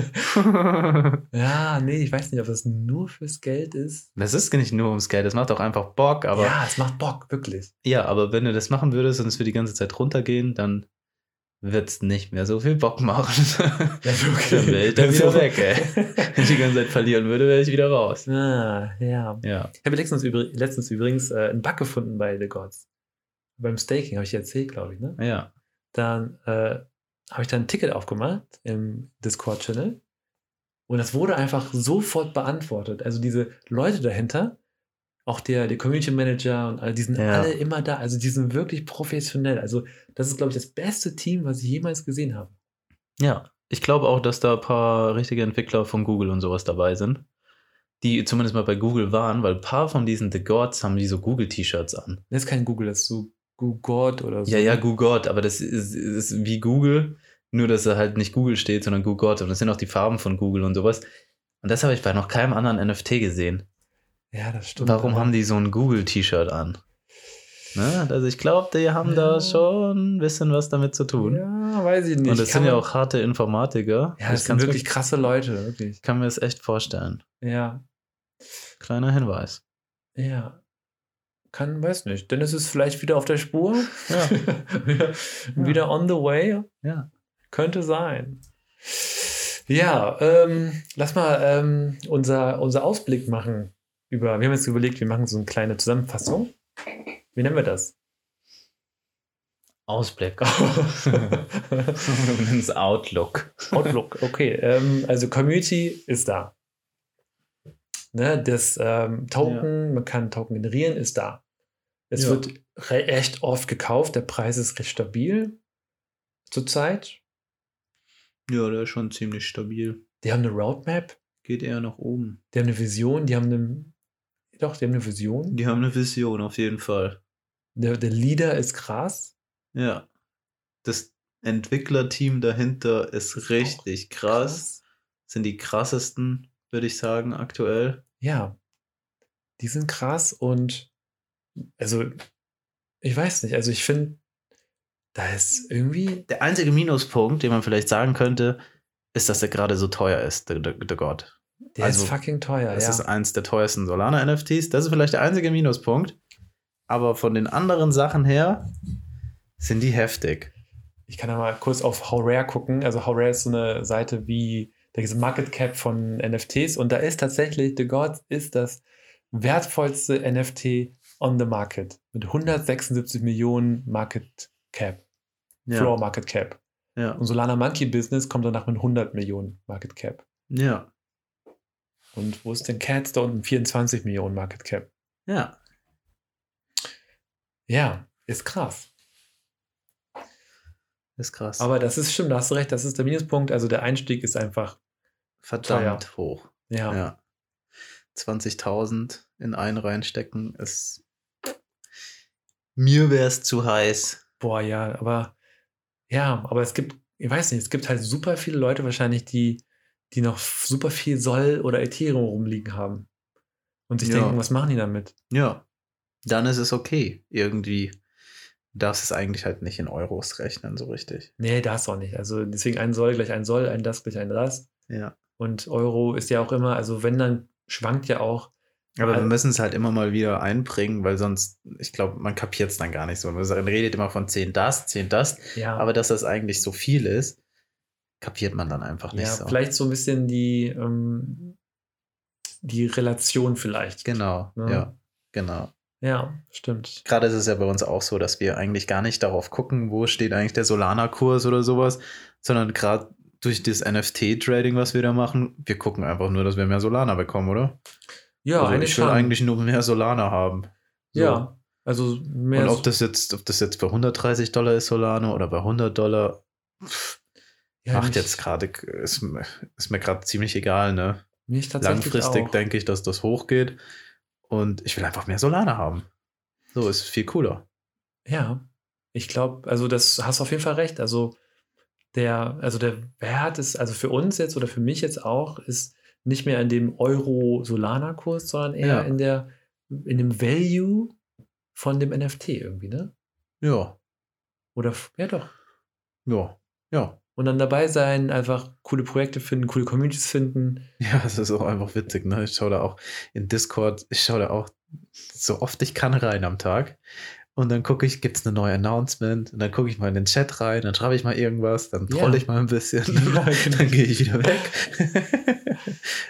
S1: ja, nee, ich weiß nicht, ob das nur fürs Geld ist.
S2: das ist nicht nur ums Geld, das macht auch einfach Bock, aber ja.
S1: ja, es macht Bock, wirklich.
S2: aber wenn du das machen würdest und es würde die ganze Zeit runtergehen, dann wird's nicht mehr so viel Bock machen.
S1: Ja,
S2: dann wäre ich dann wieder weg, ey. Wenn ich die ganze Zeit verlieren würde, wäre ich wieder raus.
S1: Ah, ja.
S2: Ja.
S1: Ich habe letztens, übr letztens übrigens äh, einen Bug gefunden bei The Gods. Beim Staking, habe ich dir erzählt, glaube ich, ne?
S2: Ja.
S1: Dann äh, habe ich da ein Ticket aufgemacht im Discord-Channel und das wurde einfach sofort beantwortet. Also diese Leute dahinter, auch der, der Community Manager und all, die sind
S2: Ja.
S1: alle immer da. Also die sind wirklich professionell. Also das ist, glaube ich, das beste Team, was ich jemals gesehen habe.
S2: Ja. Ich glaube auch, dass da ein paar richtige Entwickler von Google und sowas dabei sind, die zumindest mal bei Google waren, weil ein paar von diesen The Gods haben diese Google-T-Shirts an.
S1: Das ist kein Google, das ist so Google oder so.
S2: Ja, ja, Google God, aber das ist, ist wie Google, nur dass da halt nicht Google steht, sondern Google God. Und das sind auch die Farben von Google und sowas. Und das habe ich bei noch keinem anderen NFT gesehen.
S1: ja, das stimmt.
S2: Warum
S1: Aber-
S2: haben die so ein Google-T-Shirt an? Ne? Also ich glaube, die haben
S1: Ja.
S2: da schon ein bisschen was damit zu tun.
S1: Ja, weiß ich nicht.
S2: Und das
S1: Kann
S2: sind ja
S1: man-
S2: auch harte Informatiker.
S1: Ja, das
S2: Ich
S1: sind
S2: kann's
S1: wirklich
S2: mir-
S1: krasse Leute, wirklich.
S2: Ich kann mir das echt vorstellen.
S1: Ja,
S2: Kleiner Hinweis.
S1: ja. Kann, weiß nicht. Dennis ist vielleicht wieder auf der Spur.
S2: Ja.
S1: wieder, wieder on the way.
S2: Ja.
S1: Könnte sein. Ja, ähm, lass mal ähm, unser, unser Ausblick machen. Über, wir haben jetzt überlegt, wir machen so eine kleine Zusammenfassung. Wie nennen wir das?
S2: Ausblick. Und ins Outlook.
S1: Outlook, okay. Ähm, also Community ist da. Ne, das ähm, Token, man kann Token generieren, ist da. Es
S2: Ja.
S1: wird re echt oft gekauft, der Preis ist recht stabil zurzeit.
S2: Ja, der ist schon ziemlich stabil.
S1: Die haben eine Roadmap,
S2: Geht eher nach oben.
S1: die haben eine Vision, die haben eine. Doch, die haben eine Vision.
S2: Die haben eine Vision auf jeden Fall.
S1: Der, der Leader ist krass.
S2: Ja. Das Entwicklerteam dahinter ist,
S1: Ist auch
S2: richtig krass. Sind die krassesten, würde ich sagen, aktuell.
S1: Ja. Die sind krass und also, ich weiß nicht, also ich finde, da ist irgendwie
S2: Der einzige Minuspunkt, den man vielleicht sagen könnte, ist, dass er gerade so teuer ist, der, der, der God.
S1: Der
S2: Also,
S1: ist fucking teuer,
S2: Das
S1: ja.
S2: ist eins der teuersten Solana-NFTs. Das ist vielleicht der einzige Minuspunkt. Aber von den anderen Sachen her sind die heftig.
S1: ich kann da mal kurz auf Howrare gucken. Also Howrare ist so eine Seite wie da ist Market Cap von NFTs und da ist tatsächlich The Gods ist das wertvollste NFT on the market mit 176 Millionen Market Cap, Floor Market Cap.
S2: ja.
S1: Und Solana Monkey Business kommt danach mit 100 Millionen Market Cap.
S2: ja.
S1: Und wo ist denn Cats da unten 24 Millionen Market Cap?
S2: Ja.
S1: Ja, ist krass.
S2: Ist krass.
S1: Aber das ist stimmt, da hast du recht, das ist der Minuspunkt. Also der Einstieg ist einfach,
S2: verdammt hoch.
S1: ja.
S2: Ja. 20.000 in einen reinstecken ist. Mir wäre es zu heiß.
S1: Boah, ja, aber ja, aber es gibt, ich weiß nicht, es gibt halt super viele Leute wahrscheinlich, die, die noch f- super viel Soll oder Ethereum rumliegen haben. Und sich
S2: Ja.
S1: denken, was machen die damit?
S2: Ja. Dann ist es okay. Irgendwie Du darfst es eigentlich halt nicht in Euros rechnen, so richtig.
S1: Nee, das auch nicht. Also deswegen ein Soll gleich ein Soll, ein das gleich ein das.
S2: Ja.
S1: Und Euro ist ja auch immer, also wenn, dann schwankt ja auch.
S2: Aber wir
S1: Also-
S2: müssen es halt immer mal wieder einbringen, weil sonst, ich glaube, man kapiert es dann gar nicht so. Man redet immer von 10 das, 10 das,
S1: Ja,
S2: aber dass das eigentlich so viel ist, kapiert man dann einfach nicht
S1: ja
S2: so.
S1: vielleicht so ein bisschen die, ähm, die Relation vielleicht.
S2: Genau,
S1: Ja.
S2: ja, genau.
S1: Ja, stimmt.
S2: Gerade ist es ja bei uns auch so, dass wir eigentlich gar nicht darauf gucken, wo steht eigentlich der Solana-Kurs oder sowas, sondern gerade durch das NFT-Trading, was wir da machen, wir gucken einfach nur, dass wir mehr Solana bekommen, oder?
S1: Ja,
S2: also
S1: eigentlich
S2: ich will
S1: schon.
S2: eigentlich nur mehr Solana haben. So.
S1: Ja, also mehr
S2: Und
S1: so-
S2: ob das, jetzt, ob das jetzt bei 130 Dollar ist Solana oder bei 100 Dollar, pff,
S1: ja,
S2: macht
S1: mich-
S2: jetzt gerade, ist, mir- ist mir gerade ziemlich egal, ne?
S1: mich tatsächlich
S2: Langfristig
S1: auch.
S2: denke ich, dass das hochgeht und ich will einfach mehr Solana haben. So ist viel cooler.
S1: Ja, ich glaube, also das hast du auf jeden Fall recht. Also der, also der Wert ist, also für uns jetzt oder für mich jetzt auch, ist nicht mehr in dem Euro-Solana-Kurs, sondern eher
S2: Ja.
S1: in der, in dem Value von dem NFT irgendwie, ne?
S2: Ja,
S1: Oder, f- ja doch.
S2: ja, ja.
S1: Und dann dabei sein, einfach coole Projekte finden, coole Communities finden.
S2: Ja, das ist auch einfach witzig, ne? Ich schaue da auch in Discord, ich schaue da auch so oft ich kann rein am Tag. Und dann gucke ich, gibt es eine neue Announcement? Und dann gucke ich mal in den Chat rein, dann schreibe ich mal irgendwas, dann
S1: Ja.
S2: trolle ich mal ein bisschen,
S1: Ja, genau.
S2: dann gehe ich wieder weg.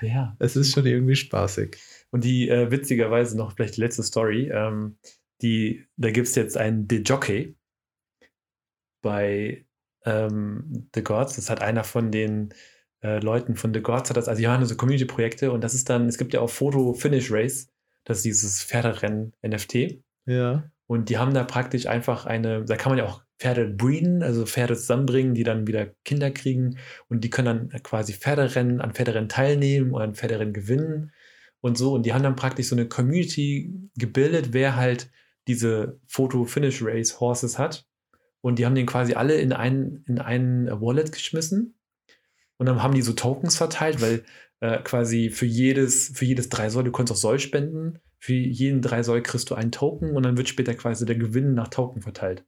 S1: Ja.
S2: es ist schon irgendwie spaßig.
S1: Und die äh, witzigerweise noch vielleicht die letzte Story, ähm, die, da gibt es jetzt einen The Jockey bei ähm, The Gods. Das hat einer von den äh, Leuten von The Gods, hat das, also die haben so Community-Projekte und das ist dann, es gibt ja auch Foto-Finish-Race, das ist dieses Pferderennen-NFT.
S2: Ja.
S1: Und die haben da praktisch einfach eine, da kann man ja auch Pferde breeden, also Pferde zusammenbringen, die dann wieder Kinder kriegen. Und die können dann quasi Pferderennen, an Pferderennen teilnehmen oder an Pferderennen gewinnen und so. Und die haben dann praktisch so eine Community gebildet, wer halt diese Foto-Finish-Race-Horses hat. Und die haben den quasi alle in einen, in einen Wallet geschmissen. Und dann haben die so Tokens verteilt, weil äh, quasi für jedes, für jedes drei Soll, du konntest auch Soll spenden. Für jeden drei Soll kriegst du einen Token und dann wird später quasi der Gewinn nach Token verteilt.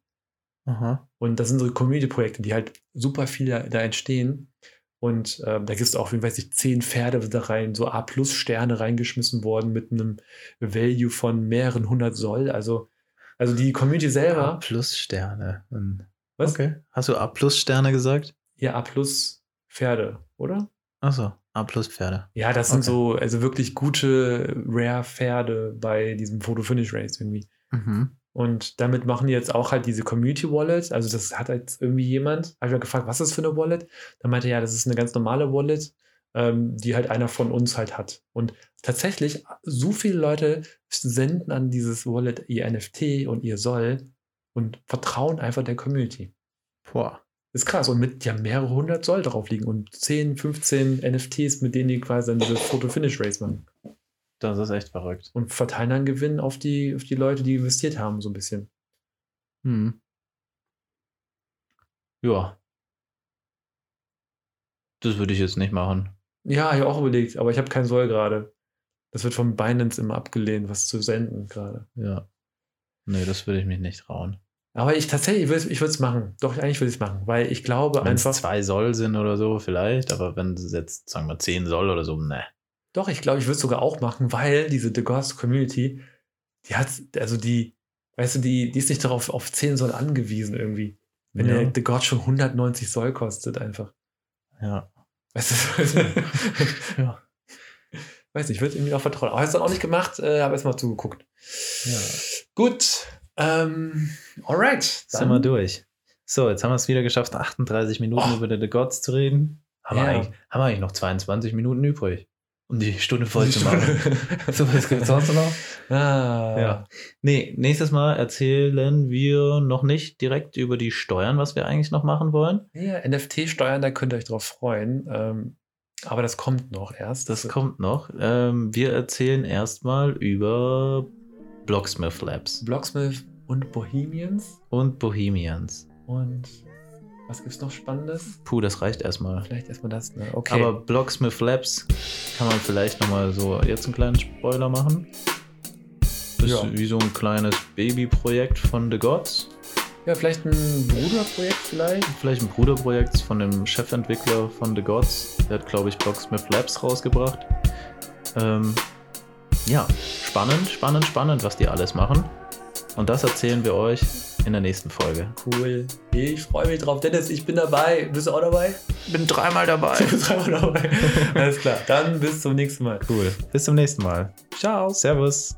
S2: Aha.
S1: Und das sind so Community-Projekte, die halt super viel da, da entstehen. Und ähm, da gibt es auch, wie weiß ich, zehn Pferde da rein, so A-Plus-Sterne reingeschmissen worden mit einem Value von mehreren hundert Soll. Also, also die Community
S2: A
S1: selber,
S2: plus Sterne. Hm.
S1: Was?
S2: Okay. Hast du A plus Sterne gesagt?
S1: ja, A-Plus-Pferde, oder?
S2: Achso, A plus Pferde.
S1: Ja, das sind
S2: Okay.
S1: so, also wirklich gute Rare-Pferde bei diesem Photo-Finish-Race irgendwie.
S2: Mhm.
S1: Und damit machen die jetzt auch halt diese Community Wallet. Also, das hat jetzt irgendwie jemand, habe ich mal gefragt, was ist das für eine Wallet? Dann meinte er, ja, das ist eine ganz normale Wallet, ähm, die halt einer von uns halt hat. Und tatsächlich, so viele Leute senden an dieses Wallet ihr NFT und ihr Soll und vertrauen einfach der Community.
S2: Boah.
S1: Ist krass. Und mit, die haben mehrere hundert Soll drauf liegen und 10, 15 NFTs, mit denen die quasi dann diese Photo-Finish-Race machen.
S2: Das ist echt verrückt.
S1: Und verteilen dann Gewinn auf die, auf die Leute, die investiert haben, so ein bisschen.
S2: Hm. Ja. Das würde ich jetzt nicht machen.
S1: Ja, ich habe auch überlegt, aber ich habe kein Soll gerade. Das wird von Binance immer abgelehnt, was zu senden gerade.
S2: Ja. Nee, das würde ich mich nicht trauen.
S1: Aber ich tatsächlich, ich würde ich es machen. Doch, eigentlich würde ich es machen, weil ich glaube
S2: Wenn es
S1: einfach.
S2: zwei Soll sind oder so, vielleicht, aber wenn es jetzt, sagen wir, zehn Soll oder so, ne.
S1: Doch, ich glaube, ich würde es sogar auch machen, weil diese The Ghost Community, die hat, also die, weißt du, die, die ist nicht darauf auf 10 Soll angewiesen irgendwie. Wenn
S2: Ja.
S1: der The God schon 190 Soll kostet, einfach.
S2: Ja.
S1: Weißt du,
S2: Ja.
S1: Weiß nicht, ich würde irgendwie auch vertrauen. Aber habe es dann auch nicht gemacht, äh, habe erstmal zugeguckt.
S2: Ja.
S1: Gut. Ähm, alright.
S2: Sind wir durch. So, jetzt haben wir es wieder geschafft, 38 Minuten
S1: Oh.
S2: über The Gods zu reden. Haben, wir
S1: Ja.
S2: eigentlich, haben wir eigentlich noch 22 Minuten übrig, um die Stunde voll
S1: voll
S2: zu machen. So, was gibt's sonst noch?
S1: Ah,
S2: Ja. Nee, nächstes Mal erzählen wir noch nicht direkt über die Steuern, was wir eigentlich noch machen wollen.
S1: ja NFT-Steuern, da könnt ihr euch drauf freuen. Ähm, aber das kommt noch erst.
S2: Das kommt noch. Ähm, wir erzählen erstmal über Blocksmith Labs
S1: Blocksmith und Bohemians.
S2: und Bohemians.
S1: Und was gibt's noch Spannendes?
S2: Puh, das reicht erstmal.
S1: Vielleicht erstmal das. Ne? Okay.
S2: Aber Blocksmith Labs kann man vielleicht nochmal so jetzt einen kleinen Spoiler machen. Das
S1: Ja.
S2: ist wie so ein kleines Babyprojekt von The Gods.
S1: ja, vielleicht ein Bruderprojekt vielleicht.
S2: Vielleicht ein Bruderprojekt von dem Chefentwickler von The Gods. Der hat, glaube ich, Blocksmith Labs rausgebracht. Ähm, ja, spannend, spannend, spannend, was die alles machen. Und das erzählen wir euch in der nächsten Folge.
S1: Cool. Ich freue mich drauf. Dennis, ich bin dabei. Bist du auch dabei?
S2: Bin dreimal dabei.
S1: Du bist dreimal dabei. Alles klar. Dann bis zum nächsten Mal.
S2: Cool. Bis zum nächsten Mal.
S1: Ciao.
S2: Servus.